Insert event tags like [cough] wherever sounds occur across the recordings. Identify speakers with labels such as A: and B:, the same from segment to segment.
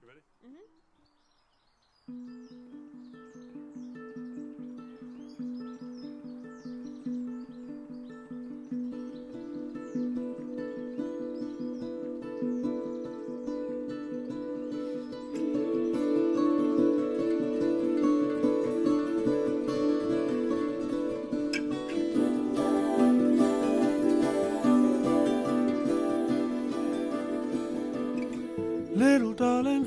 A: You ready?
B: Little darling,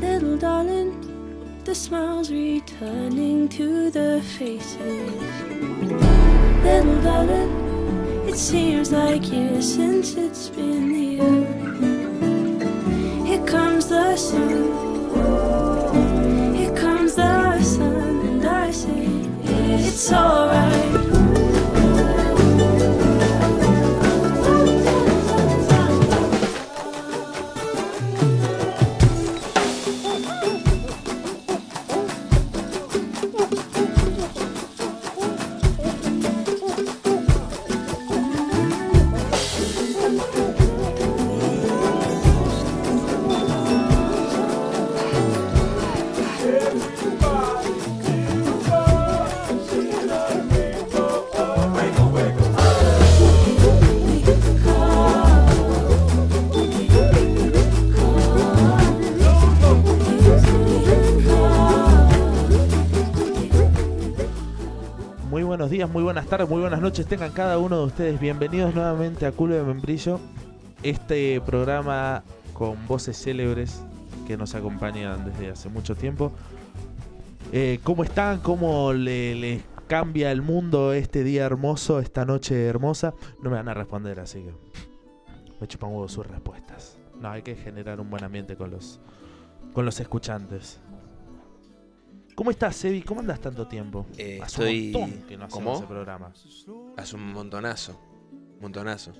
C: Little darling, the smiles returning to their faces. Little darling, it seems like years since it's been here. Here comes the sun. Here comes the sun, and I say, It's alright.
D: Muy buenos días, muy buenas tardes, muy buenas noches tengan cada uno de ustedes. Bienvenidos nuevamente a Culo de Membrillo, este programa con voces célebres que nos acompañan desde hace mucho tiempo. Eh, ¿Cómo están? ¿Cómo le- les cambia el mundo este día hermoso, esta noche hermosa? No me van a responder, así que me chupan huevo sus respuestas. No, hay que generar un buen ambiente con los, con los escuchantes. ¿Cómo estás, Sebi? ¿Cómo andas tanto tiempo?
E: Eh,
D: Hace
E: estoy-
D: un montón que no hacemos
E: ¿Cómo?
D: ese programa.
E: Hace un montonazo. Montonazo.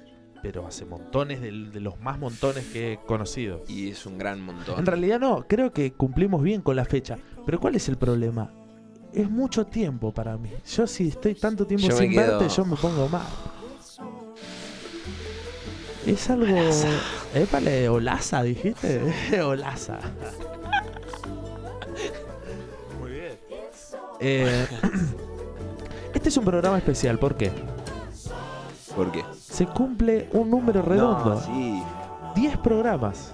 D: Pero hace montones, del- de, los más montones que he conocido.
E: Y es un gran
D: En [laughs]
E: montón.
D: realidad no, creo que cumplimos bien con la fecha. Pero ¿cuál es el problema? Es mucho tiempo para mí. Yo si estoy tanto tiempo
E: Yo me
D: sin
E: quedo-
D: verte, yo me pongo mal. Es algo... Épale, olaza, dijiste. [laughs] olaza.
A: Muy bien.
D: Eh, [clears throat] este es un programa especial, ¿por qué?
E: ¿Por qué?
D: Se cumple un número redondo.
E: No, sí.
D: 10 programas.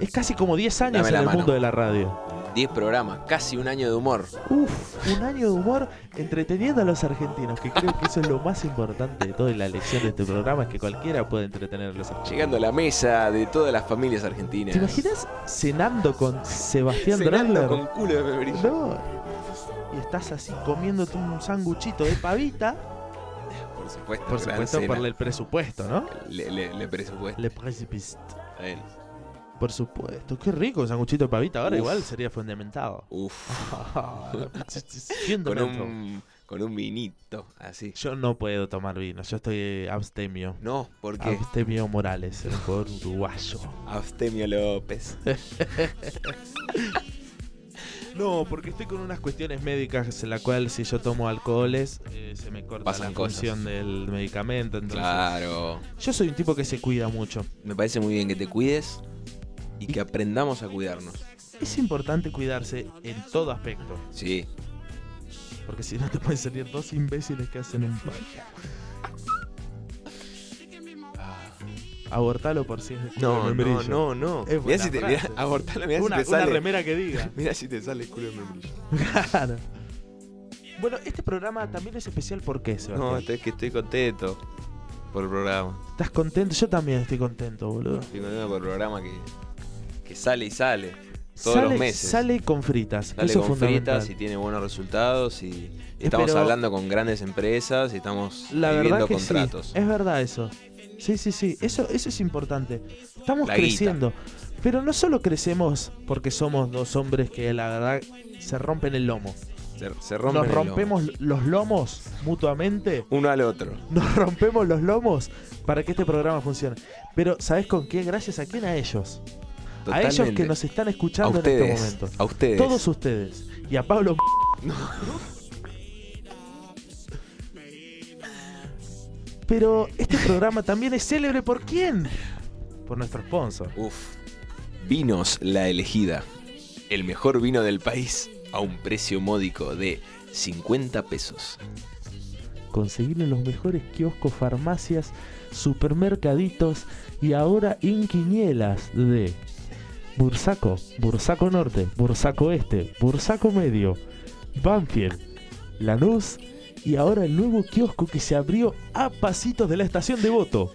D: Es casi como 10 años
E: Dame
D: en
E: la
D: el
E: mano.
D: mundo de la radio.
E: 10 programas, casi un año de humor.
D: Uf, un año de humor entreteniendo a los argentinos, que creo que eso es lo más importante de toda la lección de este programa, es que cualquiera puede entretener a los argentinos.
E: Llegando a la mesa de todas las familias argentinas.
D: ¿Te imaginas cenando con Sebastián
E: Cenando
D: Drandler?
E: con culo de membrillo.
D: No. Y estás así comiéndote un sanguchito de pavita.
E: Por supuesto.
D: Por
E: gran
D: supuesto,
E: cena.
D: por el presupuesto, ¿no?
E: Le, le- le presupuesto.
D: Le precipice.
E: Está bien.
D: Por supuesto, qué rico un sanguchito de pavita. Ahora
E: Uf.
D: igual sería fundamentado. Ah,
E: Uf. [laughs]
D: Siendo
E: Con
D: neutro.
E: un, con un vinito, así.
D: Yo no puedo tomar vino, yo estoy eh, abstemio.
E: No, ¿por qué?
D: Abstemio Morales, el jugador uruguayo.
E: Abstemio López.
D: No, porque estoy con unas cuestiones médicas en la cual si yo tomo alcoholes eh, se me corta la
E: Pasan
D: función
E: cosas.
D: del medicamento. Entonces,
E: Claro.
D: yo soy un tipo que se cuida mucho.
E: Me parece muy bien que te cuides y que aprendamos a cuidarnos.
D: Es importante cuidarse en todo aspecto,
E: Sí.
D: porque si no te pueden salir dos imbéciles que hacen un baño. Abortalo por si es de culo
E: Ah. No,
D: de
E: no,
D: membrillo.
E: no, no.
D: Es
E: Mirá
D: buena
E: si te,
D: frase.
E: mirá, abortala, mirá
D: Una,
E: si te
D: una
E: sale.
D: remera que
E: [laughs]
D: diga.
E: Mirá si te sale el culo de membrillo.
D: Claro. Bueno, este programa también es especial porque, Sebastián.
E: No, es que estoy contento por el programa.
D: ¿Estás contento? Yo también estoy contento, boludo.
E: Estoy contento por el programa que, que sale y sale. todos
D: sale,
E: los meses.
D: Sale con fritas, que
E: Dale
D: eso es
E: con
D: fundamental. Eh,
E: fritas y tiene buenos resultados y estamos
D: Pero-
E: hablando con grandes empresas y estamos
D: La verdad
E: viviendo
D: que
E: contratos.
D: sí, Eh, es verdad eso. Sí, sí, sí, eso, eso es importante. Estamos
E: La guita.
D: creciendo, pero no solo crecemos porque somos dos hombres que la verdad se rompen el lomo.
E: Se, se rompen
D: Nos
E: el lomo.
D: rompemos los lomos mutuamente.
E: uno al otro.
D: Nos [laughs] rompemos los lomos para que este programa funcione. Pero, ¿sabes con qué? Gracias a quién? A ellos. A ellos que
E: Totalmente.
D: nos están
E: a
D: escuchando
E: ustedes,
D: en este momento.
E: a ustedes.
D: Todos ustedes. Y a Pablo. [laughs] Pero este programa también es célebre por quién? Por nuestro sponsor.
E: Uf. Vinos La Elegida. El mejor vino del país a un precio módico de 50 pesos.
D: Conseguir en los mejores kioscos, farmacias, supermercaditos y ahora inquinielas de Bursaco, Bursaco Norte, Bursaco Este, Bursaco Medio, Banfield, Lanús y ahora el nuevo kiosco que se abrió a pasitos de la estación de Voto.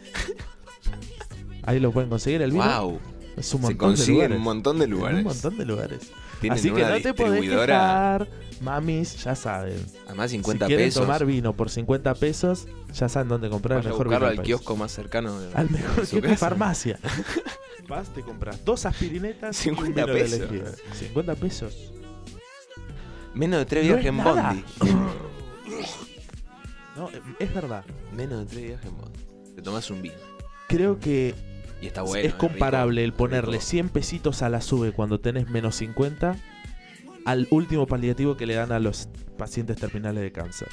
D: Ahí lo pueden conseguir el vino.
E: ¡Wow!
D: Es un
E: Se
D: montón de
E: consigue en
D: lugares.
E: un montón de
D: En un
E: lugares.
D: montón de lugares.
E: Tienen
D: Así que
E: una
D: no te podés
E: distribuidora
D: quejar, mamis, ya saben.
E: a más 50
D: si quieren
E: pesos.
D: tomar vino por 50 pesos, ya saben dónde comprar
E: Vaya a
D: el mejor
E: buscarlo
D: vino
E: al
D: país.
E: kiosco más cercano. de-
D: Al
E: de
D: mejor
E: su
D: kiosco de
E: casa. [laughs]
D: farmacia. Vas, te compras dos aspirinetas. y un
E: 50
D: vino de
E: pesos.
D: elegida. 50 pesos.
E: Menos de tres
D: No
E: viajes
D: es
E: en
D: nada.
E: Bondi.
D: No, es verdad.
E: Menos de tres viajes en Bondi. Te tomas un vino.
D: Creo que
E: Y está bueno.
D: es comparable el ponerle
E: sí
D: 100 pesitos a la sube cuando tenés menos 50 al último paliativo que le dan a los pacientes terminales de
E: [laughs]
D: cáncer.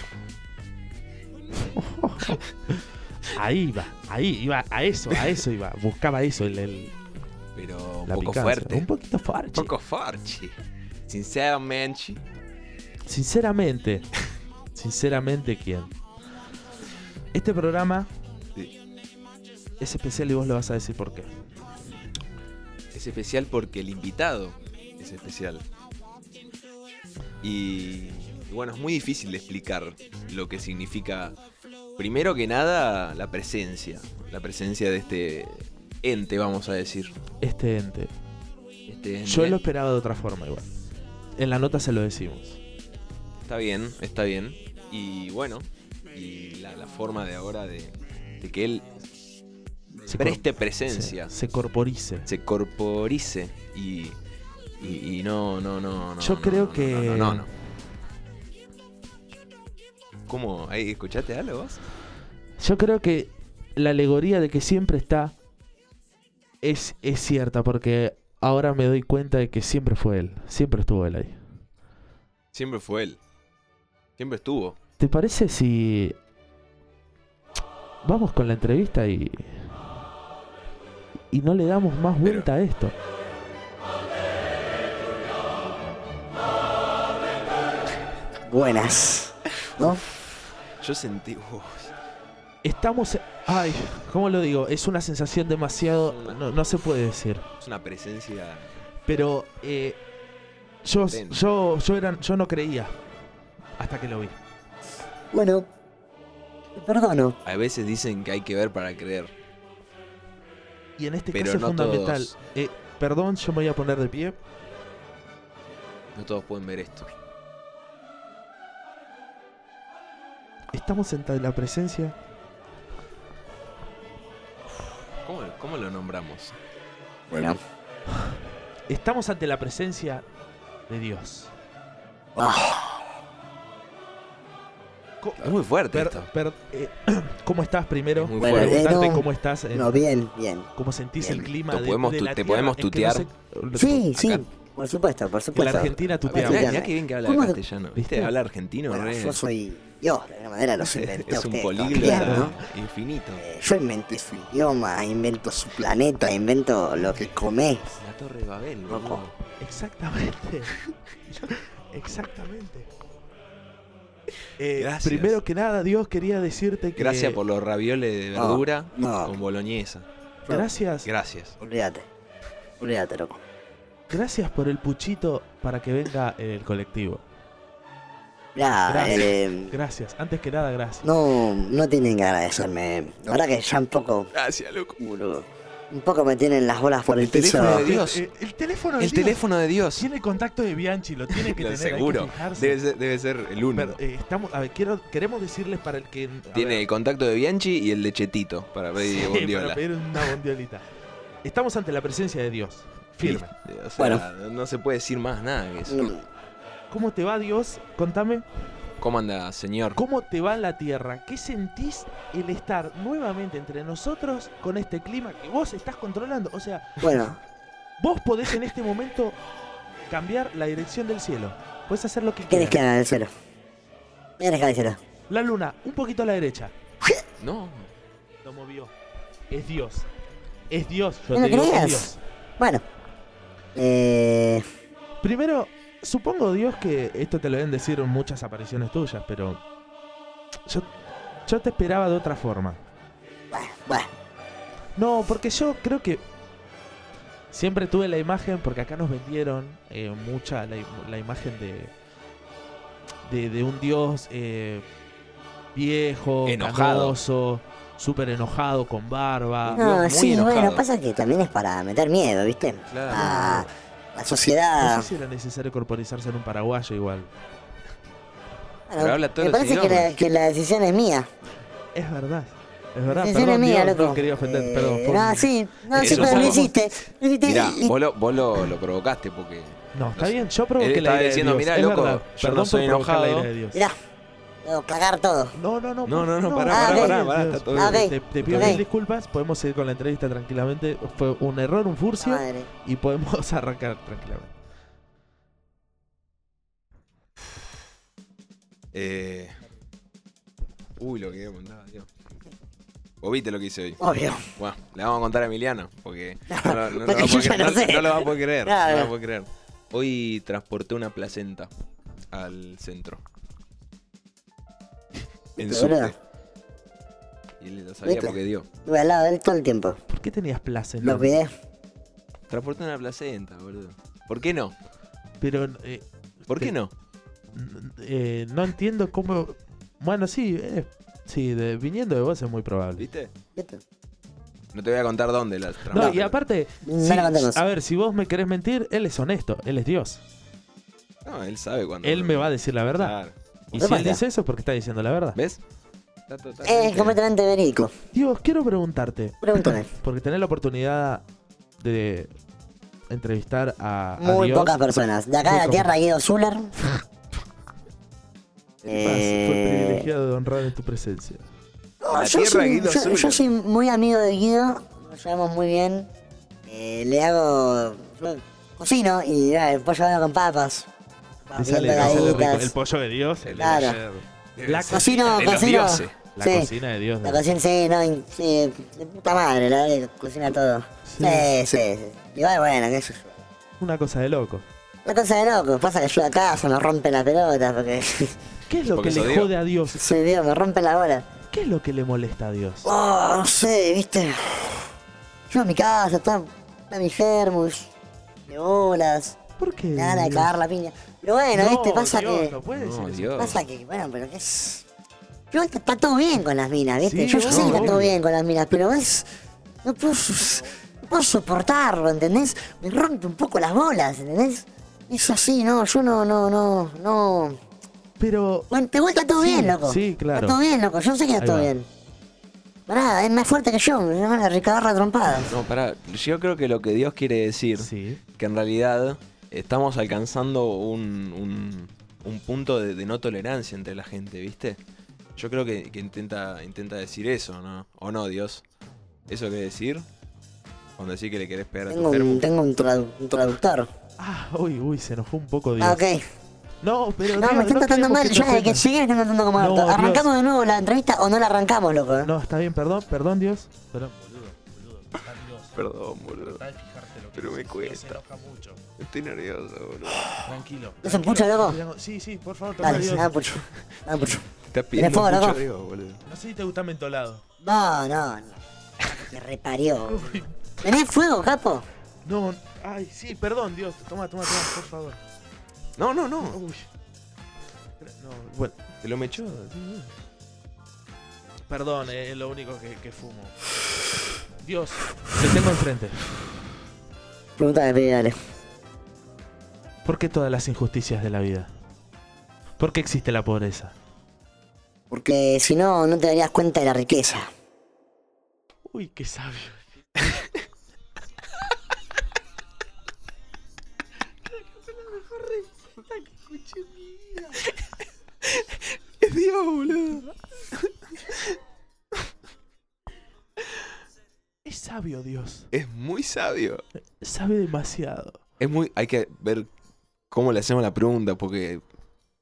D: ahí iba, ahí iba, a eso, a eso iba. Buscaba eso, el, el-
E: Pero un
D: la
E: poco
D: picancia.
E: fuerte.
D: Un poquito fuerte.
E: poco farchi. Sinceramente.
D: Sinceramente, sinceramente, ¿quién? Este programa es especial y vos lo vas a decir por qué.
E: Es especial porque el invitado es especial. Y, y bueno, es muy difícil de explicar lo que significa, primero que nada, la presencia. La presencia de este ente, vamos a decir.
D: Este ente.
E: Este ente.
D: Yo lo esperaba de otra forma igual. En la nota se lo decimos.
E: Está bien, está bien. Y bueno, y la, la forma de ahora de, de que él
D: Se
E: preste
D: cor-
E: presencia.
D: Se, se corporice.
E: se corporice y, y, y no, no, no, no.
D: Yo
E: no,
D: creo
E: no,
D: que-
E: No, no, no, no. ¿Cómo? Ahí, ¿Escuchaste algo vos?
D: Yo creo que la alegoría de que siempre está es, es cierta porque ahora me doy cuenta de que siempre fue él. Siempre estuvo él ahí.
E: Siempre fue él. Siempre estuvo.
D: ¿Te parece si vamos con la entrevista y y no le damos más vuelta a esto?
A: Buenas. ¿No?
E: Yo sentí. uf,
D: Estamos, ay, cómo lo digo, es una sensación demasiado, no, no se puede decir.
E: es una presencia.
D: Pero eh, yo,
E: Ven.
D: yo, yo, era- yo no creía hasta que lo vi.
A: Bueno, te perdono.
E: A veces dicen que hay que ver para creer.
D: Y en este
E: Pero
D: caso es
E: no
D: fundamental.
E: todos.
D: Eh, perdón, yo me voy a poner de pie.
E: No todos pueden ver esto.
D: Estamos en ta- la presencia.
E: ¿Cómo, cómo lo nombramos?
A: Bueno.
D: Estamos ante la presencia de Dios. Co-
E: Es muy fuerte
D: per-
E: esto.
D: per- eh, [clears throat] ¿Cómo estás primero?
E: Es muy
A: Bueno,
E: fuerte.
A: eh,
D: Preguntarte
A: no.
D: cómo estás, eh,
A: No, bien, bien.
D: cómo sentís el
A: Bien.
D: clima
E: Te
D: de,
E: podemos
D: de
E: tu-
D: la
E: te
D: tierra.
E: podemos
D: Es que no
E: tutear.
D: sé- lo-
A: Sí,
E: Acá-
A: sí, por supuesto, por
D: que la
A: supuesto.
D: Argentina
E: Mirá,
D: tuteaba.
E: mirá qué bien que habla de
A: ¿Cómo-
E: castellano. ¿Viste?
D: ¿Viste?
E: Habla argentino,
A: Bueno,
E: re.
A: yo soy Dios, de alguna manera los inventé a
E: [laughs] es un
A: ustedes,
E: políglota
A: ¿no?
E: infinito.
A: Eh, Yo inventé su idioma, invento su planeta, invento lo que comés.
E: La Torre de Babel,
A: Loco.
E: boludo.
D: Exactamente. [laughs] Exactamente. Eh,
E: Gracias.
D: primero que nada, Dios quería decirte que.
E: Gracias por los ravioles de
A: No,
E: verdura
A: no.
E: con boloñesa.
D: Gracias,
E: Gracias.
A: Olvídate. Olvídate, loco.
D: gracias por el puchito para que venga el colectivo.
A: Mirá,
D: Gracias.
A: eh,
D: Gracias. Antes que nada, gracias.
A: no, no tienen que agradecerme. La verdad que ya un poco,
E: Gracias, loco.
A: boludo. Un poco me tienen las bolas por el, piso.
E: teléfono de Dios.
D: Eh, El, teléfono de
E: El
D: Dios.
E: teléfono de Dios.
D: Tiene contacto de Bianchi, lo tiene que
E: Lo
D: tener. hay que
E: seguro.
D: fijarse.
E: Debe ser, debe ser el uno.
D: Pero, eh, estamos, a ver, quiero, queremos decirles para el que. a
E: Tiene
D: ver,
E: el contacto de Bianchi y el de Chetito para pedir
D: sí, [laughs]
E: bondiola.
D: para pedir una bondiolita. Estamos ante la presencia de Dios. Firme.
E: Listo, o sea,
A: Bueno.
E: no se puede decir más nada que eso.
A: Mm,
D: ¿Cómo te va Dios? Contame.
E: ¿Cómo anda, señor?
D: ¿Cómo te va la tierra? ¿Qué sentís el estar nuevamente entre nosotros con este clima que vos estás controlando? O sea,
A: Bueno,
D: vos podés en este momento cambiar la dirección del cielo. Podés hacer lo que
A: ¿qué les
D: quieras.
A: queda del cielo? ¿Qué les queda del cielo?
D: La luna, un poquito a la derecha.
E: No.
D: Lo movió. Es Dios. Es Dios.
A: No
D: Yo te
A: me
D: digo, es
A: creas.
D: Dios.
A: Bueno. Eh,
D: Primero, supongo Dios que esto te lo deben decir en muchas apariciones tuyas, pero yo, yo te esperaba de otra forma.
A: bueno, bueno.
D: No, porque yo creo que siempre tuve la imagen, porque acá nos vendieron eh, mucha la, im- la imagen de, de de un Dios eh, viejo,
E: Enojado.
D: canoso, súper enojado, con barba.
E: Dios,
A: No,
E: Ah, muy
A: sí,
E: enojado.
A: bueno, pasa que también es para meter miedo, ¿viste?
E: Claro.
A: A la
D: No
A: sociedad.
D: sé si era necesario corporizarse en un paraguayo igual.
A: Bueno,
E: Pero habla todos
A: me
E: los
A: parece que la,
E: idiomas.
A: que la decisión es mía.
D: Es verdad. Es verdad,
A: la decisión
D: perdón,
A: es mía,
D: Dios,
A: loco.
D: no quería ofender,
A: Eh,
D: perdón. fue
A: No,
D: un-
A: sí, no,
E: Eso
A: sí, pero lo
E: somos.
A: hiciste. Lo hiciste
E: Mirá,
A: y-
E: vos lo, vos lo, lo provocaste porque.
D: No, está
E: sé.
D: bien, yo provoqué
E: Él
D: la
E: estaba
D: ira
E: diciendo,
D: de Dios.
E: "Mirá,
D: es
E: loco,
D: verdad,
E: yo no
D: perdón
E: soy
D: por provocar la
E: enojado".
D: ira de Dios.
A: Mirá, debo cagar todo.
D: No, no, no.
E: No, no, no, pará,
A: pará,
D: por
A: pará,
D: Dios,
E: pará,
D: Dios.
E: está todo
A: Ah, bien. ok.
D: Te, te pido
A: Ok.
D: mil disculpas, podemos seguir con la entrevista tranquilamente. Fue un error, un furcio,
A: Madre.
D: y podemos [laughs] arrancar tranquilamente.
E: Eh... Uy, lo que iba a contar, Dios. Vos viste lo que hice hoy.
A: Obvio.
E: Bueno, le vamos a contar a Emiliano,
A: [laughs]
E: porque no, no- no lo,
A: Porque
E: va a
A: yo
E: poder-
A: no
E: no-
A: sé.
E: no lo va a poder creer.
A: Claro.
E: no lo va a poder creer. Hoy transporté una placenta al centro. En
A: ¿De
E: subte.
A: verdad?
E: Y él lo sabía
A: ¿Viste?
E: porque dio.
A: Estuve al lado de él todo el tiempo.
D: ¿Por qué tenías placenta?
A: Lo cuidé.
E: Transporté una placenta, boludo. ¿Por qué no?
D: Pero eh,
E: ¿Por
D: Sí.
E: qué no?
D: n- eh, no entiendo cómo. Bueno, sí, eh, sí, de- viniendo de vos es muy probable.
E: ¿Viste?
A: ¿viste?
E: No te voy a contar dónde las transporté.
D: No, y aparte,
A: No
D: si-
A: la contemos.
D: a ver, si vos me querés mentir, él es honesto, él es Dios.
E: No, él sabe cuándo.
D: Él me va a decir la verdad.
E: Claro.
D: Y
A: ¿Qué
D: si él
A: pasa?
D: dice eso es porque está diciendo la verdad.
E: ¿Ves? Está totalmente-
A: Eh, Es completamente verídico.
D: Dios, quiero preguntarte,
E: [laughs]
A: Pregúntame.
D: porque tenés la oportunidad de entrevistar a, a
A: Muy
D: Dios.
A: pocas personas. De acá de
D: Muy
A: la
D: pocas.
A: Tierra, Guido Zuller.
D: [laughs] ¿Qué pasa? Fue
A: Eh,
D: privilegiado de honrar en tu presencia.
A: no,
E: La
A: yo,
E: Tierra,
A: soy,
E: Guido
A: yo-
E: Zuller.
A: yo soy muy amigo de Guido. Nos llevamos muy bien. Eh, le hago. yo cocino y ah, el pollo hago con papas.
D: Te
A: Vamos
D: sale,
A: pidiendo
D: te sale rico.
A: Ah, galletitas.
D: El pollo de Dios. el
A: Claro.
D: ayer.
E: Debe
D: La
E: ser
A: Cocino,
E: de los
A: cocino.
E: dioses.
D: La
A: Sí.
D: cocina de Dios.
A: La cocina, sí, no, in- sí, de puta madre, la verdad que cocina todo.
D: Sí.
A: Sí, sí, sí. Igual, bueno, qué sé yo.
D: Una cosa de loco.
A: Una cosa de loco, pasa que yo acá se me rompen la pelota porque [laughs]
D: ¿Qué es lo
E: Porque
D: que
E: sos
D: le
E: Dios.
D: jode a Dios?
A: soy Dios, me rompen la bola.
D: ¿Qué es lo que le molesta a Dios?
A: Oh, no sé, viste. Yo en mi casa, está, está mi germus, de bolas,
D: ¿Por qué?
A: nada de
D: Dios?
A: cagar la piña. Pero bueno,
D: No,
A: viste, pasa
D: Dios,
A: que.
D: no puede
E: No,
D: ser eso.
E: Dios.
A: Pasa que, bueno, pero que es. Yo está, está todo bien con las minas, viste.
D: Sí,
A: yo, yo sé que
D: no,
A: está todo
D: obvio.
A: bien con las minas, pero es. No puedo, sus- no puedo soportarlo, ¿entendés? Me rompe un poco las bolas, ¿entendés? Es así, no, yo no, no, no, no.
D: Pero
A: Bueno, te vuelta todo
D: Sí,
A: bien, loco.
D: sí, claro.
A: Está todo bien, loco. Yo sé que está
D: Ahí
A: todo
D: va.
A: bien. Pero nada, es más fuerte que yo. Me van a recagar la trompada.
E: No, pará. Yo creo que lo que Dios quiere decir,
D: sí,
E: que en realidad estamos alcanzando un, un- un punto de, de no tolerancia entre la gente, ¿viste? Yo creo que, que intenta, intenta decir eso, ¿no? ¿O no, Dios? ¿Eso quiere decir? Cuando decís que le querés pegar a tu
A: Tengo un,
E: germo.
A: tengo un, tradu- un traductor.
D: ah, uy, uy, se enojó un poco Dios.
A: Ah, ok.
D: No, pero
A: No,
D: Dios,
A: me están tratando
D: queremos
A: mal.
D: te
A: Ya de que
D: ofendas.
A: llegué me están tratando como
D: No,
A: harto.
D: Dios.
A: ¿Arrancamos de nuevo la entrevista o no la arrancamos, loco? eh?
D: Ah, No, está bien, perdón, perdón Dios. Perdón.
E: Perdón, boludo. Pero me cuesta. Estoy nervioso, boludo.
D: Tranquilo.
A: ¿Es un pucho, loco?
D: Sí, sí, por favor, toma
A: Dale,
D: Dios.
A: nada, pucho. Nada, pucho.
E: Estás pidiendo
A: fuego,
E: mucho
A: loco?
E: Dios, boludo.
D: No sé si te gusta mentolado. [laughs]
A: No, no, no. Me reparió. ¿Tenés fuego, capo?
D: No, ay, sí, perdón, Dios. Toma, toma, toma, por favor.
E: No, no, no.
D: Uy. No, bueno.
E: Te lo mechó.
D: Perdón, eh, es lo único que, que fumo. Dios, te tengo enfrente.
A: Pregúntame, Pepe, dale.
D: ¿Por qué todas las injusticias de la vida? ¿Por qué existe la pobreza?
A: Porque si no, no te darías cuenta de la riqueza.
D: Uy, qué sabio.
E: Es Dios, boludo.
D: Es sabio Dios.
E: Es muy sabio.
D: Sabe demasiado.
E: Es muy. Hay que ver cómo le hacemos la pregunta, porque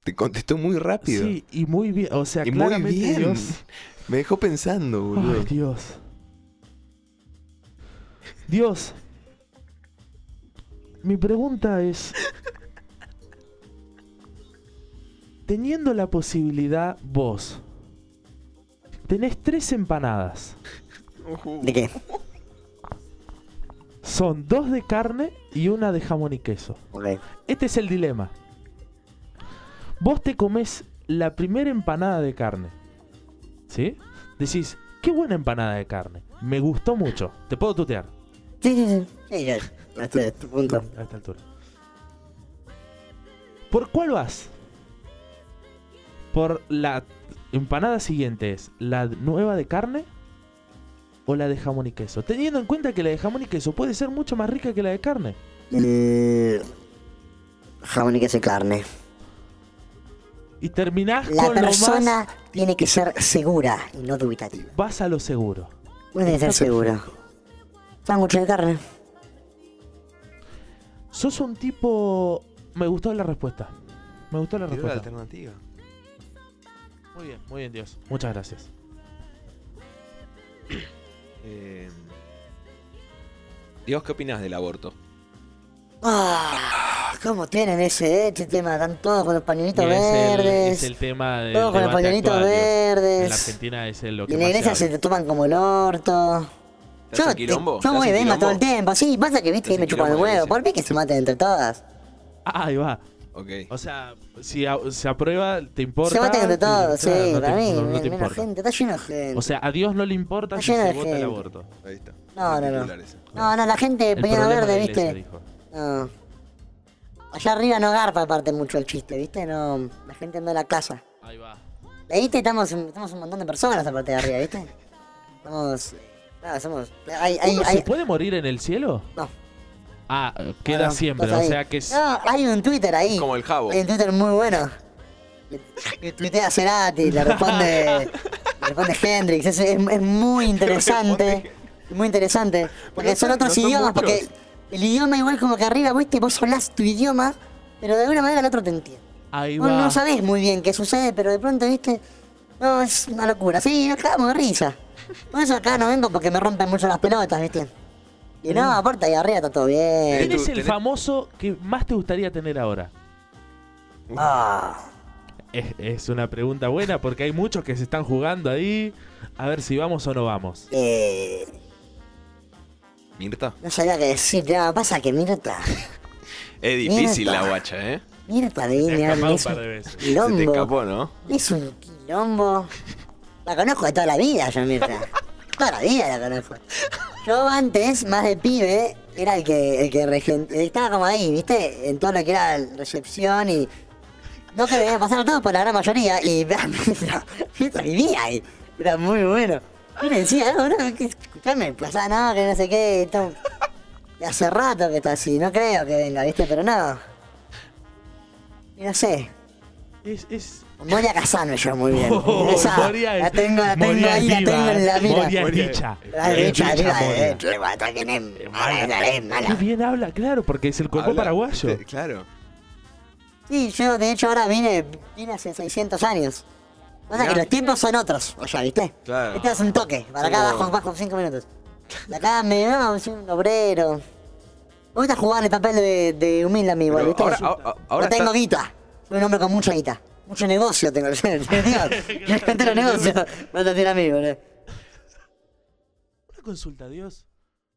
E: te contestó muy rápido.
D: Sí, y muy bien. O sea,
E: Y muy
D: claramente
E: bien,
D: Dios.
E: Me dejó pensando, boludo.
D: Ay, Dios. Dios. Mi pregunta es. Teniendo la posibilidad, vos. Tenés tres empanadas.
A: ¿De qué?
D: Son dos de carne y una de jamón y queso.
A: Ok.
D: Este es el dilema. Vos te comes la primera empanada de carne. ¿Sí? Decís, qué buena empanada de carne. Me gustó mucho. Te puedo tutear
A: Sí, sí, sí. Sí, ya. Ya estoy a tu punto.
D: a esta altura. ¿Por cuál vas? ¿Por la empanada siguiente es la nueva de carne o la de jamón y queso? Teniendo en cuenta que la de jamón y queso puede ser mucho más rica que la de carne.
A: Eh, jamón y queso y carne.
D: Y terminás
A: La
D: con lo
A: persona
D: más...
A: tiene que ser segura y no dubitativa.
D: Vas a lo seguro.
A: Puede ser
D: Está
A: segura. Sándwich de carne.
D: Sos un tipo. Me gustó la respuesta. Me gustó la
E: Tiró la
D: respuesta.
E: alternativa.
D: Muy bien, muy bien, Dios. Muchas gracias.
E: Eh, Dios, ¿qué opinas del aborto?
A: Ah, ¿Cómo tienen ese este tema? Están todos con los pañuelitos
D: Y es, el,
A: verdes.
D: es el tema de.
A: todos con los pañuelitos
D: En la
A: verdes.
D: Argentina es el- lo
A: Y
D: que.
A: en la
D: más se
A: iglesia se
D: habla.
A: te toman como el orto.
E: ¿Te hacen
A: te- yo
E: quilombo? ¿Te
A: voy
E: hacen
A: venga todo el
E: quilombo?
A: tiempo. Sí, pasa que viste
E: ¿Te
A: que me
E: hacen
A: chupan el
E: quilombo en la
A: huevo.
E: iglesia?
A: ¿Por qué que se maten entre todas?
D: Ah, ahí va.
E: Ok.
D: O sea, si a- se aprueba, te importa.
A: se maten entre
D: y-
A: todos,
D: claro,
A: sí.
D: no te-
A: para mí,
D: no- no te
A: menos
D: importa.
A: gente. Está lleno de gente.
D: O sea, a Dios no le importa si
A: Llena
D: se
A: de
D: vota el
A: gente.
D: aborto.
E: Ahí está.
A: No, no, no.
E: Particular ese.
A: no, no, la gente
D: El
A: pañuelo
D: problema
A: verde,
D: de la iglesia,
A: viste.
D: dijo.
A: No. Allá arriba no garpa aparte mucho el chiste, ¿viste? No, la gente no la casa.
D: Ahí va.
A: ¿Viste? Estamos, un- estamos un montón de personas aparte de arriba, ¿viste? Estamos... eh, Nada, somos... Hay, hay,
D: ¿Uno
A: hay-
D: ¿Se puede morir en el cielo?
A: No.
D: Ah, queda
A: no,
D: siempre.
A: estás
D: O
A: ahí.
D: sea que. es-
A: No, hay un Twitter ahí.
E: Como el jabo.
A: Hay un Twitter muy bueno. Que- Que tuitea Cerati, le responde... le responde Hendrix. Es, es- es
E: [laughs]
A: muy interesante. Muy interesante. Porque
E: no
A: son
E: son-
A: otros
E: no son
A: idiomas,
E: vuestros.
A: porque... El idioma igual como que arriba, ¿viste? Vos hablás tu idioma, pero de alguna manera el otro te entiende.
D: Ahí
A: Vos
D: va.
A: no sabés muy bien qué sucede, pero de pronto, viste, no, es una locura. Sí, nos cagamos de risa. Por eso acá no vengo porque me rompen mucho las pelotas, viste. Y no, aparte ahí arriba está todo bien.
E: Sí.
D: ¿Quién es
E: tú
D: el
E: tenés-
D: famoso que más te gustaría tener ahora?
A: Ah,
D: Es, es una pregunta buena porque hay muchos que se están jugando ahí. A ver si vamos o no vamos.
A: eh,
E: Mirta.
A: no sabía qué decir, ya pasa que Mirta,
E: Es difícil
A: Mirta.
E: la guacha, ¿eh?
A: Mirta de
D: Te has
A: Viña
D: escapado un
A: es
D: par de
A: un
D: veces.
E: Se te
A: quilombo.
E: escapó, ¿no?
A: Es un quilombo. La conozco de toda la vida yo, Mirta. Toda la vida la conozco. Yo antes, más de pibe, era el que, el que regen- estaba como ahí, ¿viste? En todo lo que era recepción y... No que veía pasar todo por la gran mayoría y [laughs] Mirta, Mirta vivía ahí. Era muy bueno. Y me decía, no, no, que, escuchame, pasa nada, que no sé qué. y todo. Y hace rato que está así, no creo que venga, ¿viste? Pero no. Y no sé,
D: Es, es...
A: Moria Casano yo muy
E: [laughs]
A: bien.
D: Oh,
A: Esa,
D: Moria es-
A: la tengo, la tengo
D: Moria es
A: ahí, la
D: viva,
A: tengo en la
D: eh.
A: mira.
D: Moria es
E: Moria-
D: dicha.
A: La derecha,
D: Es dicha,
A: arriba,
D: Moria.
A: eh, che, guata, que nem- mala, mala,
D: Qué
A: mala.
D: bien habla, claro, porque es el cuerpo
E: Habla-
D: paraguayo.
E: Sí, Claro.
A: Sí, yo de hecho ahora vine, vine hace 600 años. O sea que
E: Mirá.
A: los tiempos son otros, o sea, ¿viste?
E: Claro.
A: Este es un toque, para acá
E: Somos-
A: abajo, bajo 5 minutos. De acá me no, soy un obrero. Me gusta jugar el papel de, de humilde amigo,
E: Pero
A: ¿viste?
E: ahora- ahora- ahora
A: no tengo
E: está-
A: guita, soy un hombre con mucha guita. Mucho negocio tengo, [laughs] yo
E: [laughs]
A: entero negocio, no te tiene amigo, ¿no?
D: Una consulta, Dios.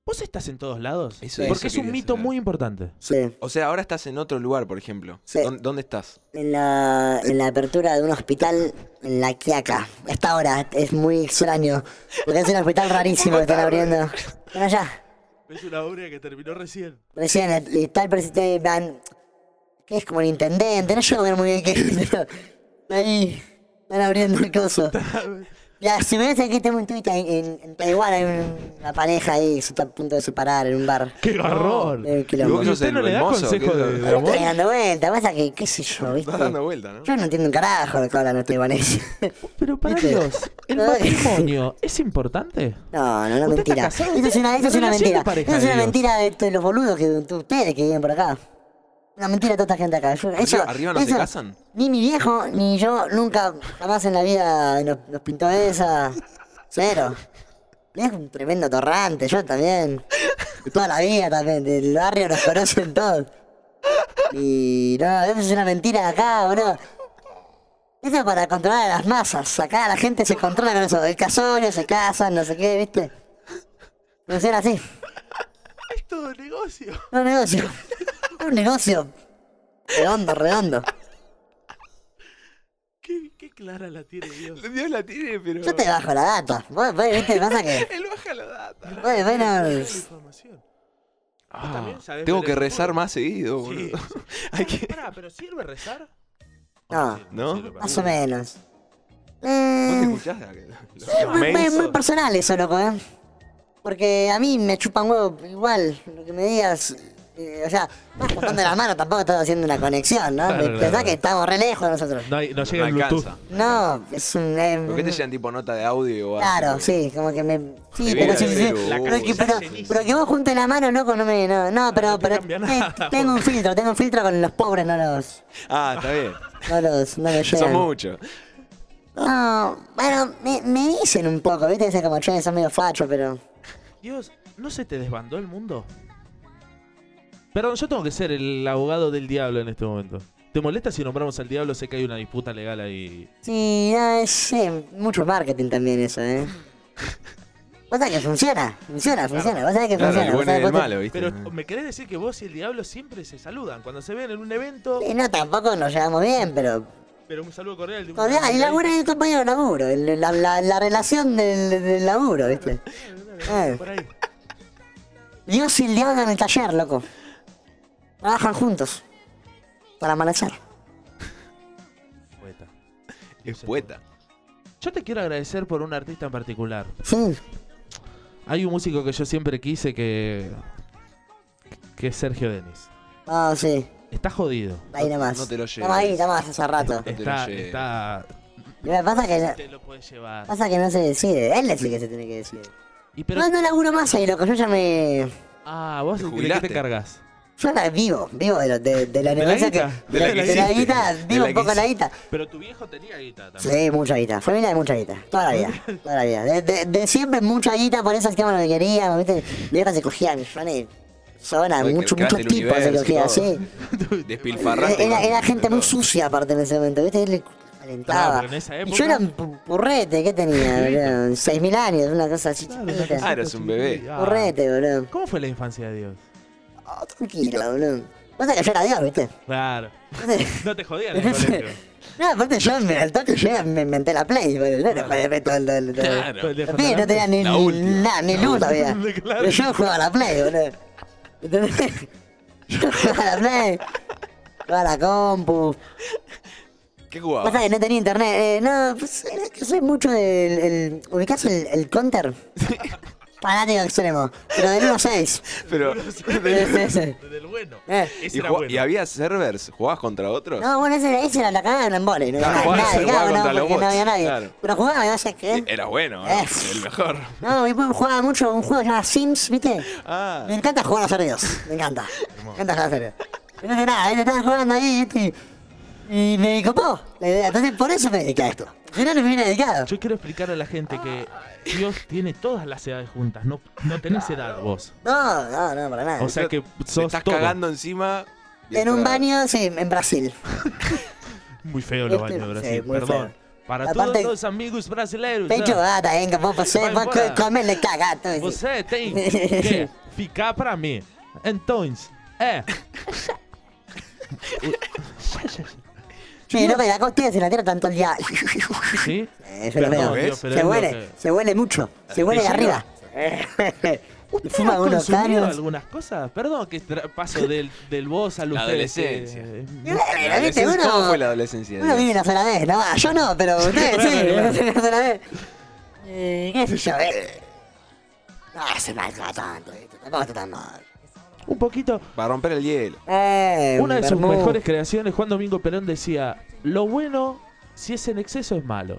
D: ¿Vos estás en todos lados?
E: Eso-
D: Porque es
E: eso
D: un
E: quería
D: mito
E: saber.
D: muy importante.
A: Sí.
E: O sea, ahora estás en otro lugar, por ejemplo.
A: Sí.
E: ¿Dó- ¿Dónde estás?
A: En la, en la apertura de un hospital en La Quiaca. Hasta ahora es muy extraño. Porque es un hospital rarísimo que están abriendo. Bueno, allá.
D: Es una obra que terminó recién.
A: Recién, y tal presidente van- que es como el intendente, no llego a ver muy bien qué es, pero ahí están abriendo el coso. Ya, si me ves aquí tengo un tuit en, en, en Taiwán, hay un- una pareja ahí que se está a punto de separar en un bar.
D: ¡Qué garrón!
A: Eh,
E: ¿Y
A: quilombo.
E: vos
D: ¿Y
E: sos
D: usted
E: el
D: no le da
E: hermoso?
D: consejo
E: ¿Qué-
D: de- de
E: Está
A: Pero
D: amor?
A: estoy dando vuelta, pasa que, qué sé yo, viste.
E: dando vuelta, ¿no?
A: Yo no entiendo un carajo de lo que hablan los taiwaneses.
D: Pero para
A: ¿Viste?
D: Dios, ¿el
A: Ay.
D: matrimonio es importante?
A: No, no, no,
D: ¿Usted está
A: mentira. Eso
D: casado?
A: es una, eso es una
D: Relación de
A: mentira.
D: pareja,
A: Eso es una
D: Dios.
A: mentira de, de los boludos que de ustedes que viven por acá. Una mentira de toda esta gente acá. Yo- eso-
E: arriba no se
A: eso-
E: casan?
A: Ni mi viejo, ni yo, nunca, jamás en la vida nos, nos pintó esa. Cero. Es un tremendo torrante, yo también. Toda la vida también, del barrio nos conocen todos. Y no, eso es una mentira de acá, boludo. Eso es para controlar a las masas. Acá la gente se controla con eso. El casorio, se casan, no sé qué, ¿viste? Funciona así.
E: [laughs]
D: Es todo negocio.
A: Es un negocio. Es un negocio. Redondo, redondo.
D: Qué, clara la tiene [laughs] Dios.
E: Dios la tiene, pero...
A: Yo te bajo la data. Vos, vos, ¿viste? Pasa que.
E: [laughs] Él baja la data.
A: Bueno, bueno.
D: Ah, también sabés
E: tengo
D: ver
E: que
D: el
E: rezar
D: fútbol.
E: más seguido,
D: [laughs]
E: boludo. [laughs] Hay que...
D: Pará, pero ¿sirve rezar?
A: No,
E: ¿No?
D: sirve para
A: más o
D: nada.
A: menos.
E: ¿Vos te
A: Eh,
E: escuchás? a- los
A: es muy, muy-
E: mensos?
A: muy personal eso, loco, ¿eh? Porque a mí me chupan huevo igual, lo que me digas. eh, o sea, vas contando las manos, tampoco estás haciendo una conexión, ¿no?
D: Claro,
A: Pensás
D: claro.
A: que estamos re lejos nosotros.
D: No, hay- no
E: No
D: llega el Bluetooth.
E: alcanza.
A: No, es un. eh,
E: ¿Por qué te llegan tipo nota de audio o
A: Claro,
E: algo?
A: sí, como que me. Sí, pero
E: Te viene
A: sí,
E: el
A: sí,
E: virus.
A: sí.
E: La
A: Pero,
E: cara
A: que,
E: está
A: pero,
D: llenísima.
A: pero que vos juntes la mano, loco, no me. No, no pero.
D: te
A: pero
D: cambia
A: te-
D: nada,
A: tengo un
D: boludo.
A: filtro, tengo un filtro con los pobres, no los.
E: Ah, está bien.
A: No los. No los
E: Son
A: llegan.
E: muchos.
A: No, bueno, me, me dicen un poco, ¿viste? Dicen como, che, son medio facho, pero...
D: Dios, ¿no se te desbandó el mundo? Perdón, yo tengo que ser el abogado del diablo en este momento. ¿Te molesta si nombramos al diablo? Sé que hay una disputa legal ahí.
A: Sí, no, es, sí, mucho marketing también eso, ¿eh? Vos sabés que funciona, funciona, funciona, vos sabés que
E: Claro,
A: funciona.
E: el
A: vos
E: bueno y
A: sabés,
E: el
A: vos te-
E: malo, ¿viste?
D: Pero me querés decir que vos y el diablo siempre se saludan. Cuando se ven en un evento,
A: Sí, no, tampoco nos llevamos bien, pero...
D: pero un saludo cordial. de un-
A: Cordial, el laburo es el compañero de laburo, el- la, la- la relación del, del laburo, ¿viste? Eh,
D: Por ahí.
A: Dios y el diablo en el taller, loco. Trabajan juntos. Para amanecer.
D: Poeta.
E: Es poeta.
D: Yo te quiero agradecer por un artista en particular.
A: Sí,
D: Hay un músico que yo siempre quise que. que es Sergio Denis.
A: ah, sí,
D: Está jodido.
A: ahí nomás.
E: no te lo
A: Estamos ahí,
E: lleves.
A: estamos hace rato.
E: No te lo
D: Está.
E: lleves.
D: está.
A: Lo que pasa que...
D: Te lo puedes llevar.
A: Pasa que no se decide, él es el que se tiene que decidir.
D: Y pero.
A: No, no laburo más ahí, loco, yo ya me...
D: Ah, vos
E: Te
D: de qué
E: jubilaste.
D: te cargas.
A: Yo ahora vivo, vivo de, lo- de, de la
D: la
A: negocia que...
D: guita,
E: de la que
A: de la
E: hiciste,
A: guita,
E: de
A: vivo
E: la
A: un
E: que
A: poco la
E: hiciste.
A: guita.
D: Pero tu viejo tenía guita también.
A: Sí, mucha guita, familia de mucha guita, toda la vida,
D: [laughs]
A: toda la vida. De, de- de siempre mucha guita, por eso hacíamos lo que queríamos, viste. Mi vieja se cogía millones, zona,
E: Oye,
A: Ah, mucho,
E: que creaste
A: muchos
E: el
A: tipos se
E: universo y
A: cogía,
E: todo.
A: sí.
E: [laughs] Despilfarraste.
A: Era, era
E: con-
A: gente
E: con
A: muy
E: todo.
A: sucia aparte en ese momento, viste, él le
D: Claro,
A: alentaba.
D: pero en esa
A: Y yo
D: época-
A: era un pu- purrete, ¿qué
E: [laughs]
A: tenía? boludo? 6.000 años, una cosa así chiquita.
E: Ah, eras un bebé.
D: Ah.
A: Purrete, boludo.
D: ¿Cómo fue la infancia de Dios?
A: Ah, tranquilo, boludo. Pasa que yo era Dios, ¿viste?
D: Claro. No te jodían en el colegio.
A: no, aparte yo me, al toque yo me inventé la Play, boludo. No, no, joder, ve todo el... todo el- todo el-
E: Ah. Claro.
D: Todo el día
A: Los pibes no
D: Fernández.
A: tenían ni,
E: La
A: ni
E: última.
A: nada, ni luz todavía.
E: [laughs]
D: Claro.
A: Pero yo jugaba a la Play, boludo. ¿Entendés? Yo jugaba a la Play. Jugaba a la compu.
E: ¿Qué
A: Pasa
E: jugabas?
A: que no tenía internet. Eh, no, pues, es que soy mucho del. El, ¿Ubicás el, el counter? Fanático extremo. Pero del 1-6.
D: [laughs]
E: Pero... [laughs]
A: Sí, sí, sí.
D: Del bueno.
A: [laughs] Eh.
E: ¿Y,
D: Ese era
E: jugá-
D: bueno.
E: y había servers? ¿Jugabas contra otros?
A: No, bueno, esa era, esa era la cagada de Blambole. No había
E: Claro,
A: nadie,
E: jugaba-
A: nadie,
E: Ah, jugaba
A: claro,
E: contra
A: no,
E: los
A: porque no
E: bots,
A: había nadie.
E: claro.
A: Pero jugaba, no sé
E: Eh,
A: qué.
E: Era bueno,
A: Eh.
E: el mejor.
A: No, mi papá jugaba mucho un juego que se llama Sims, ¿viste?
E: Ah.
A: Me encanta jugar a ser Dios. Me encanta. Me encanta jugar a ser Dios. No sé nada, ¿viste? estaba jugando ahí, ¿viste? Y me copó la idea. Entonces por eso me dediqué a esto. Si no, no me hubiera dedicado.
D: Yo quiero explicar a la gente que Dios tiene todas las edades juntas, no, no tenés edad vos.
A: No, no, no, para nada.
D: O sea que
E: Te
D: sos
E: estás
D: todo.
E: cagando encima.
A: en un
E: mientras-
A: baño, sí, en Brasil.
D: Muy feo los baños de
A: Sí,
D: Brasil,
A: Este muy
D: perdón.
A: feo.
D: Para
A: Aparte-
D: todos los amigos brasileiros.
A: Tem
D: né?
A: jogada ainda, vão você,
D: Vai
A: vão
D: embora.
A: co- comer ele cagado. assim. [laughs]
D: Você tem que ficar pra mim. Então, é.
A: Sí, no me da costillas se la tira tanto el día.
D: Sim?
A: Eso lo veo.
E: Perdón, ¿ves?
A: Se huele, se huele mucho. Se huele de arriba. [laughs] Fuma unos caños.
D: algunas cosas? Perdón que tra-
A: [laughs]
D: paso del, del vos al
E: La
D: ustedes,
E: adolescencia.
D: eh,
A: Eh,
E: La
A: ¿viste?
E: adolescencia-
A: Uno-
E: ¿Cómo fue la adolescencia?
A: Uno vive una sola vez, ¿no? Ah, Yo no, pero ustedes sí, una sola vez. Eh, ¿Qué sé yo? eh. No se marca tanto, ¿viste? tampoco está tan mal.
D: un poquito.
E: Para romper el hielo.
A: Eh,
D: Una de sus
A: vermú.
D: mejores creaciones, Juan Domingo Perón decía: Lo bueno, si es en exceso, es malo.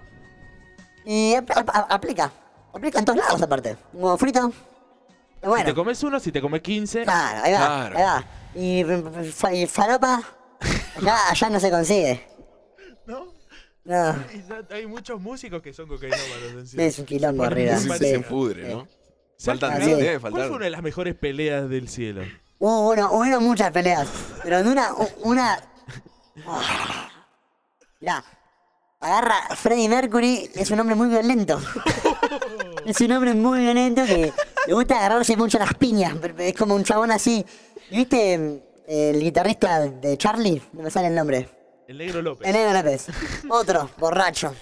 A: Y ap- ap- ap- aplica. Aplica en todos lados, aparte. Un huevo frito. Y
D: Si te
A: Bueno,
D: comes uno, si te comes 15.
A: claro, ahí va,
E: Claro.
A: ahí va. Y, mm, fa- y faropa, allá, allá no se consigue.
D: ¿No?
A: No,
D: Hay muchos músicos que son cocainómanos. en sí.
A: es un quilombo arriba.
E: Encima
A: sí.
E: se pudre, ¿no? Faltan,
A: Así es.
E: debe
D: ¿Cuál
E: faltar.
D: fue una de las mejores peleas del cielo?
A: Hubo, Oh, bueno, hubo muchas peleas, pero en una, u- una... Mirá, agarra Freddie Mercury, es un hombre muy violento. [laughs] Es un hombre muy violento que le gusta agarrarse mucho las piñas, pero es como un chabón así. ¿Y ¿Viste eh, el guitarrista de Charlie? No me sale el nombre.
D: El negro López.
A: Elena López. Otro, borracho.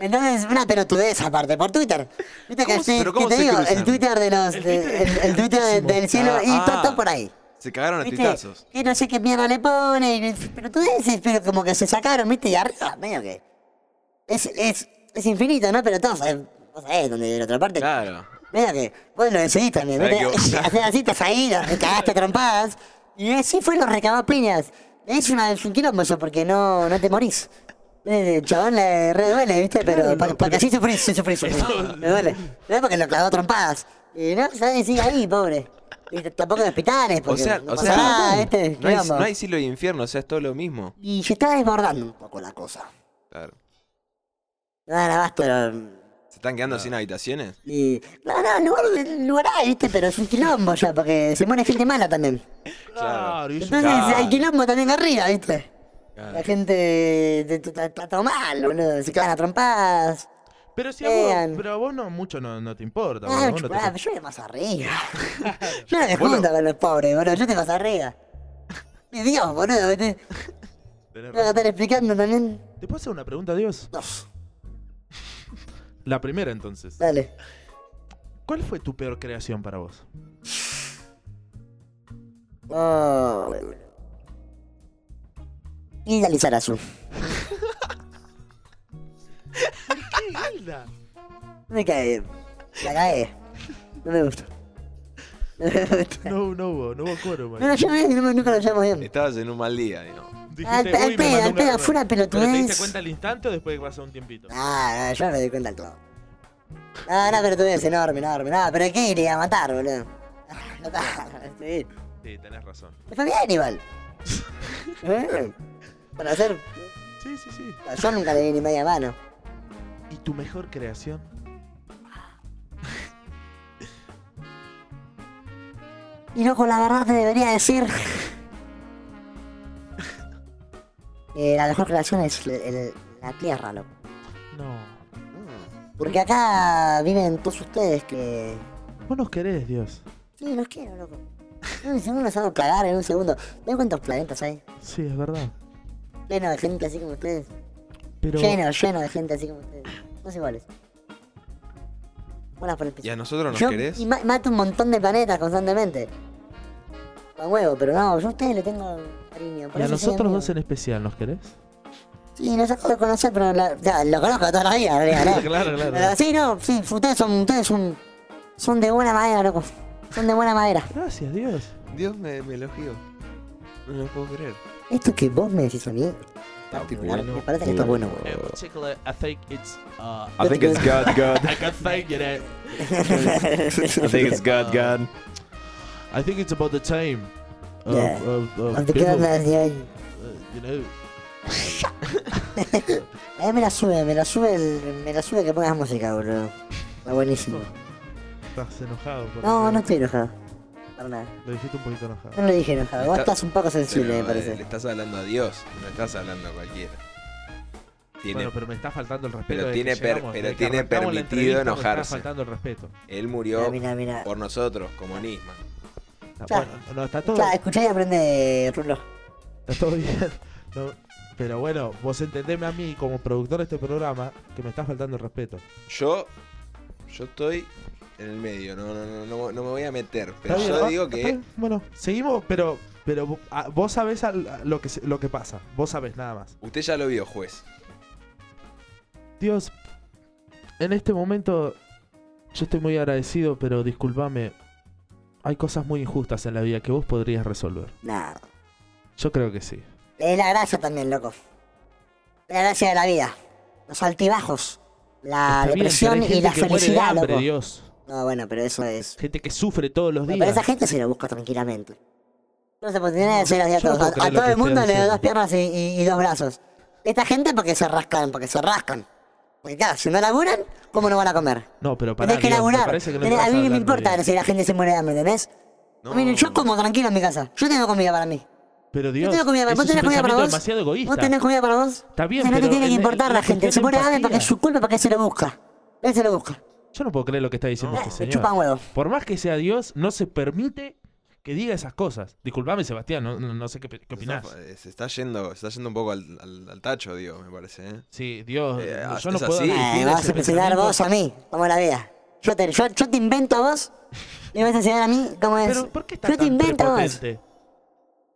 A: Entonces, una pelotudez aparte, por Twitter. ¿Viste que,
E: ¿Cómo se-
A: sí,
E: pero
A: ¿qué
E: cómo
A: te
E: se
A: digo?
E: cruzan?
A: El Twitter de los. de- el, el Twitter de- del cielo
E: Ah,
A: y todo,
E: ah.
A: todo por ahí.
E: Se cagaron a
A: ¿Viste?
E: titazos.
A: Que no sé qué mierda le ponen. Pelotudeces, pero como que se sacaron, ¿viste? Y arriba, medio que. Es, es, es infinito, ¿no? Pero todos sabés- vos sabés dónde vive la otra parte.
E: Claro.
A: Mira que vos lo decidís también.
E: Hay
A: ¿viste? [laughs]
E: que buscar.
A: Hacés así, estás ahí, lo cagaste a trompadas. Y así fue los recabapiñas. Es una, es un quilombo eso, porque no, no te morís. Eh, El chabón le re duele, ¿viste? Pero pa- porque así sufrís, sí sufrís, sufrís. Me duele. No es porque lo clavó a trompadas. Y no, sabes, sigue ahí, pobre. Y t- tampoco en hospitales,
E: O
A: porque
E: sea,
A: no
E: o
A: pasa
E: sea
A: nada, ¿viste?
E: no, hay,
A: Quilombo.
E: no hay cielo y infierno, o sea, es todo lo mismo.
A: Y se está desbordando un poco la cosa.
E: Claro.
A: No dan abasto lo-
E: ¿Se están quedando sin habitaciones?
A: Y... No, no, lugar, lugar hay, ¿viste? Pero es un quilombo ya, porque se muere gente mala también.
E: Claro.
D: y yo-
A: Entonces
E: Claro.
A: hay quilombo también arriba, ¿viste?
E: Claro.
A: La gente está, está todo mal, boludo. Se cagan a trompadas.
D: Pero si a vos,
A: Vean.
D: pero a vos no, mucho no, no te
A: Ah,
D: importa. boludo, vos no te-
A: chupá, pero yo voy más arriba. [laughs] yo no me
E: Vos no-
A: junto con los pobres, boludo. Yo estoy más arriba. Mi Dios, boludo. ¿viste?
D: tenés
A: Tengo que
D: razón.
A: estar explicando también.
D: ¿Te puedo hacer una pregunta, Dios?
A: Uf,
D: La primera entonces.
A: dale.
D: ¿Cuál fue tu peor creación para [laughs] vos?
A: Oh, boludo. Y dale Sarazu.
D: ¿Qué, Hilda?
A: Me cae. La cae. No me gusta. No me gusta.
D: No, no hubo, no hubo coro,
A: No lo
D: man.
A: llamo bien, no me- nunca lo llamo bien.
E: Estabas en un mal día, digamos.
D: Dijiste,
A: Al pe- al
D: "Uy, me
A: pedo,
D: mandó
A: al
D: una
A: pedo,
D: rola".
A: fue una
D: ¿Pero te diste
A: pelotudez.
D: cuenta al instante o después de que pasó un tiempito?
A: Ah, yo me di cuenta del todo. Ah, No, no, pero tú eres enorme, enorme. No, pero ¿qué iría a matar, boludo? Ah, no, está, sí.
D: Sí, tenés razón.
A: Me fue bien
D: [laughs]
A: igual. Eh, Para hacer...
D: Sí, sí, sí.
A: Yo nunca le di ni media mano.
D: ¿Y tu mejor creación?
A: Y loco, la verdad te debería decir... que la mejor relación es el- el- la tierra, loco.
D: No.
A: Porque acá viven todos ustedes que...
D: Vos nos querés, Dios.
A: Sí, los quiero, loco. En un segundo los hago cagar, en un segundo. ¿Ven cuántos planetas hay?
D: Sí, es verdad.
A: Lleno de gente así como ustedes.
D: Pero
A: Lleno, lleno de gente así como ustedes. Todos iguales. Buenas por el piso.
E: ¿Y a nosotros nos
A: Yo
E: querés?
A: y ma- mato un montón de planetas constantemente. A huevo, pero no, yo a ustedes le tengo cariño. por
D: ¿y a
A: eso soy
D: nosotros
A: amigo.
D: dos en especial nos querés?
A: Sí, los acabo de conocer, pero la- ya, lo conozco de toda la vida, en realidad, ¿no?
D: Claro, claro.
A: ¿eh? Pero sí, no, sí, ustedes son, ustedes son, son de buena madera, loco. Son de buena madera.
D: Gracias, Dios.
E: Dios me, me elogió. No lo puedo creer.
A: Esto que vos me decís a mí, en particular, me parece que esto es bueno.
D: In particular, Eh, I think it's [laughs] uh,
E: I think it's God,
A: [laughs]
E: God.
D: I can't think it. uh,
E: I think it's God, God.
D: I think it's about the time. Of,
A: Yeah.
D: of, of
A: Aunque
D: people,
A: quedan las de-
D: uh, you know.
A: A mí Eh, me la sube, me la sube, el- me la sube que pongas música, boludo. Está buenísimo.
D: Estás enojado. por
A: No,
D: lo
A: no
D: que-
A: estoy enojado. Para nada.
D: Lo dijiste un poquito enojado.
A: No lo dije enojado. Vos
E: Está-
A: estás un poco sensible,
E: Pero,
A: me
E: eh, Le
A: parece.
E: estás hablando a Dios, no le estás hablando a cualquiera. tiene,
D: bueno, pero me está faltando el respeto.
E: Pero
D: desde
E: tiene
D: que
E: per-
D: llegamos,
E: pero
D: desde que
E: tiene
D: arrancamos la
E: permitido
D: entrevista Me
E: enojarse.
D: está faltando el respeto.
E: él murió
A: Mira, mira, mira.
E: por nosotros, como Nisman.
D: Está-
A: Ya.
D: Bueno, no, está todo,
A: Ya, escuchá y aprende, Rulo.
D: está todo bien. [laughs] No, pero bueno, vos entendeme a mí como productor de este programa que me está faltando el respeto.
E: Yo, yo estoy en el medio, no, no, no, no, no me voy a meter, pero
D: Está bien,
E: yo
D: va-
E: digo
D: está
E: que
D: bien. Bueno, seguimos, pero pero vo- ah, vos sabés al- a lo que se- lo que pasa. Vos sabés nada más.
E: usted ya lo vio, juez.
D: Dios, en este momento yo estoy muy agradecido, pero discúlpame. Hay cosas muy injustas en la vida que vos podrías resolver.
A: Nah.
D: Yo creo que sí.
A: Es la gracia también, loco. La gracia de la vida. Los altibajos. La
D: Está bien,
A: depresión
D: pero hay gente
A: y la
D: que muere de
A: felicidad,
D: hambre,
A: loco.
D: Dios.
A: No, bueno, pero eso es.
D: Gente que sufre todos los
A: Pero
D: días.
A: esa gente se lo busca tranquilamente. No se puede tener que a
D: yo no
A: todos. A,
D: puedo
A: a
D: creer lo
A: todo
D: que
A: el mundo
D: estás
A: le doy dos
D: diciendo.
A: piernas y, y- y dos brazos. Esta gente porque se rascan, porque se rascan. Porque claro, si no laburan, ¿cómo no van a comer?
D: No, pero para
A: Tenés que laburar. Tenés- a mí no me importa si la gente se muere de hambre, ¿entendés?
E: No.
A: Miren, yo como tranquilo en mi casa. Yo tengo comida para mí.
D: Pero
A: Yo
D: Dios,
A: tengo comida para
D: eso
A: vos.
D: es un
A: tenés comida para
D: pensamiento
A: vos.
D: demasiado egoísta.
A: Vos tenés comida para vos.
D: Está bien,
A: O sea, no
D: pero
A: te tiene
D: en-
A: que
D: en-
A: importar
D: en
A: la
D: cuestión
A: gente. Se
D: de
A: muere de hambre
D: empatía.
A: porque es su culpa, porque se lo busca. Él se lo busca.
D: Yo no puedo creer lo que está diciendo este
A: Se
D: señor.
A: chupan huevos.
D: Por más que sea Dios, no se permite que diga esas cosas. Disculpame, Sebastián, no, no- no sé qué, pe- qué opinás.
E: Eh, Se está yendo, se está yendo un poco al, al- al tacho, digo, me parece. ¿eh?
D: Sí, Dios,
E: Eh,
D: no-
E: ah,
D: yo no
E: es
D: puedo
E: así.
D: admitir
A: Eh,
D: ese
A: vas a enseñar
D: pensamiento.
A: vos a mí, como la vida. Yo te, yo, yo te invento a vos y me vas a enseñar a mí cómo es.
D: Pero ¿por qué está
A: yo te
D: tan
A: invento a vos.
D: prepotente?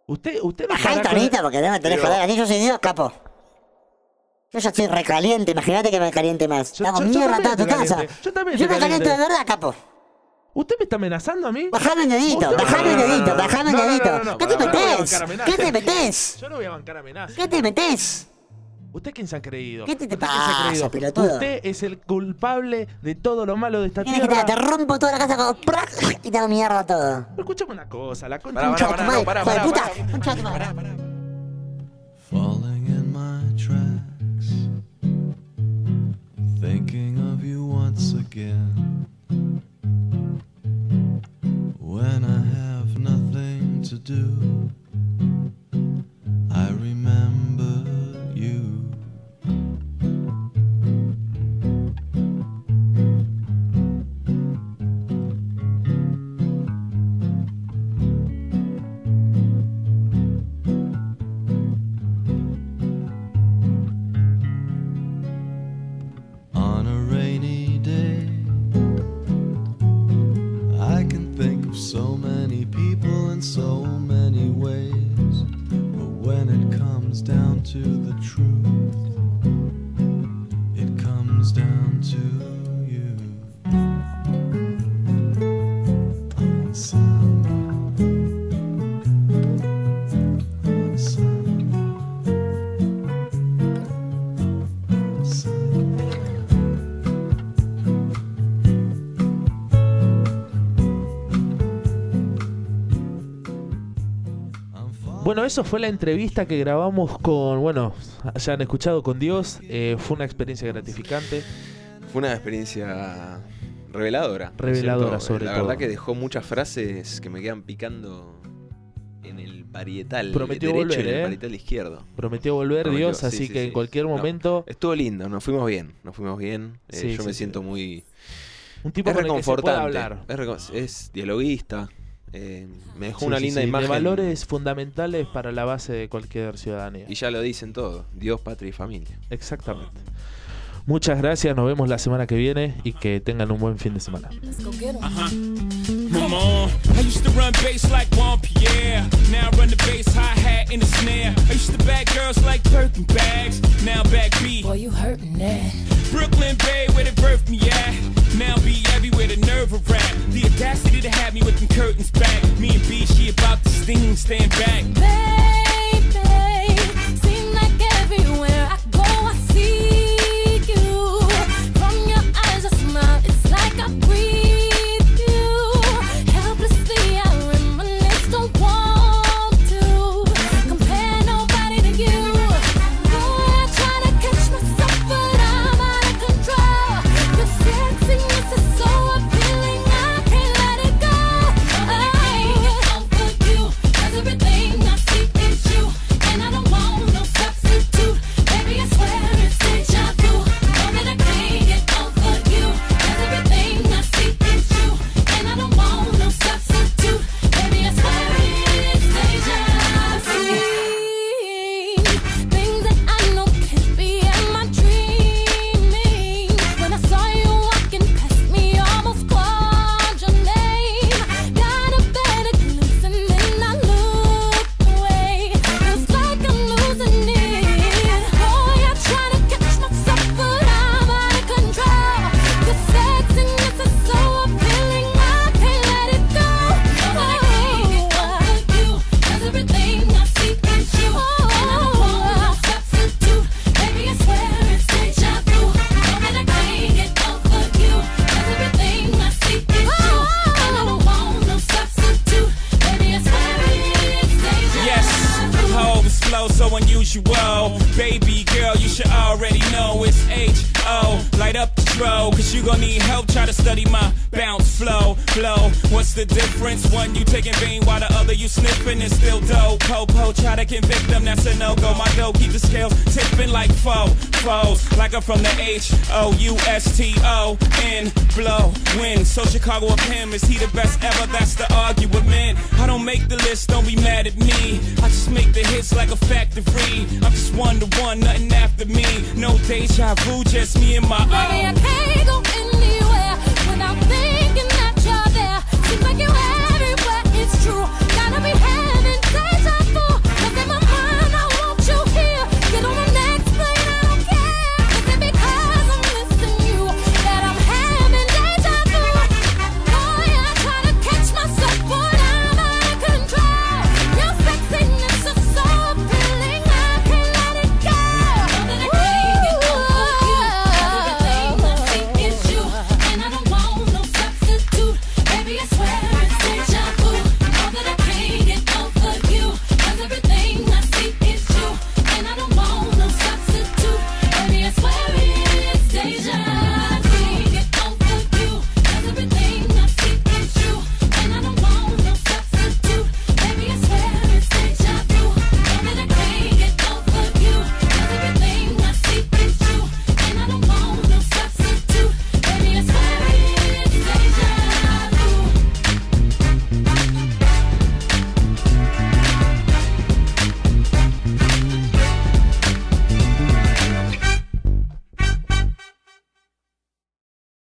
D: Usted, usted no
A: Bajá el
D: estará con-
A: tonito porque no me tenés
E: Pero-
A: joder. Aquí yo soy Dios, capo. Yo ya estoy recaliente, imagínate que me caliente más.
D: Yo-
A: Hago
D: yo- yo
A: mierda
D: también
A: toda tu
D: te
A: casa.
D: caliente. Yo también te
A: me caliento de
D: caliente.
A: verdad, capo.
D: ¿Usted me está amenazando a mí?
A: Bajame el dedito,
D: Usted-
A: bajame el
D: No, no, no,
A: dedito,
D: no, no.
A: bajame el
D: No, no, no, no,
A: dedito.
D: no,
A: ¿Qué te
D: no, no, no, no,
A: metés?
D: no, no, no,
A: ¿Qué te
D: no,
A: metés?
D: Yo no voy a bancar amenazas.
A: ¿Qué te metés?
D: ¿Usted quién se ha creído?
A: ¿Qué te- te
D: ¿Usted quién se ha
A: pasa,
D: creído?
A: pelotudo?
D: Usted es el culpable de todo lo malo de esta
A: Mira que
D: tierra.
A: te, te rompo toda la casa con ¡prac! y te hago mierda todo.
D: Pero Escúchame una cosa, la concha.
E: Pará,
A: Concha
E: pará,
A: de tu
E: pará,
A: madre,
E: no,
A: hijo
E: pará,
A: de
E: pará,
A: puta.
E: pará.
A: Concha de tu madre.
F: falling in my tracks, thinking of you once again. When I have nothing to do, I remember you. on a rainy day. I can think of so many people in so many ways, but when it comes down to the truth, it comes down to you. On Sunday, on Sunday, on Sunday. I'm falling.
D: Bueno, eso fue la entrevista que grabamos con, bueno, ya han escuchado con Dios, eh, fue una experiencia gratificante.
E: Fue una experiencia reveladora. ¿no es
D: Reveladora,
E: cierto?
D: sobre
E: La
D: todo.
E: verdad que dejó muchas frases que me quedan picando en el parietal
D: Prometió
E: derecho y
D: volver,
E: en el
D: ¿eh?
E: parietal izquierdo.
D: Prometió volver
E: Prometió,
D: Dios,
E: sí,
D: así
E: sí,
D: que
E: sí.
D: en cualquier
E: No.
D: momento,
E: Estuvo lindo, nos fuimos bien, nos fuimos bien. Eh,
D: Sí,
E: yo
D: sí,
E: me
D: sí.
E: siento muy...
D: un tipo
E: Es
D: con el que se puede
E: reconfortante.
D: hablar.
E: Es, recon- es dialoguista. eh, me dejó
D: Sí,
E: una
D: sí,
E: linda
D: sí, de
E: imagen.
D: valores fundamentales para la base de cualquier ciudadanía.
E: Y ya lo dicen todo. Dios, patria y familia.
D: Exactamente. Muchas gracias, nos vemos la semana que viene y que tengan un buen fin de semana.
G: Come on. I used to run bass like Juan Pierre. Now I run the bass, hi hat, and the snare. I used to bag girls like Birkin bags. Now back beat.
H: Boy, you hurting that.
G: Brooklyn Bay, where they birthed me at. Now be everywhere, the nerve of rap. The audacity to have me with them curtains back. Me and B, she about to sting, stand back.
H: Baby, seem like everywhere I go, I see you. From your eyes, a smile, it's like I breathe you. Helplessly, I reminisce, don't want to compare nobody to you. Boy, I try to catch myself, but I'm out.
G: raise you old. Baby girl, you should already know it's H-O. Light up the throw, cause you gon' need help. Try to study my bounce flow, blow. What's the difference? One you taking vein while the other you sniffing and still dope. Popo, try to convict them, that's a no-go. My dough keep the scales tipping like foe, foes. Like I'm from the H-O-U-S-T-O-N, blow, win. So Chicago of him, is he the best ever? That's the argument. I don't make the list, don't be mad at me. I just make the hits like a factory. I'm just one to one, nothing after me. No deja vu, just me and my own.
H: Baby, I can't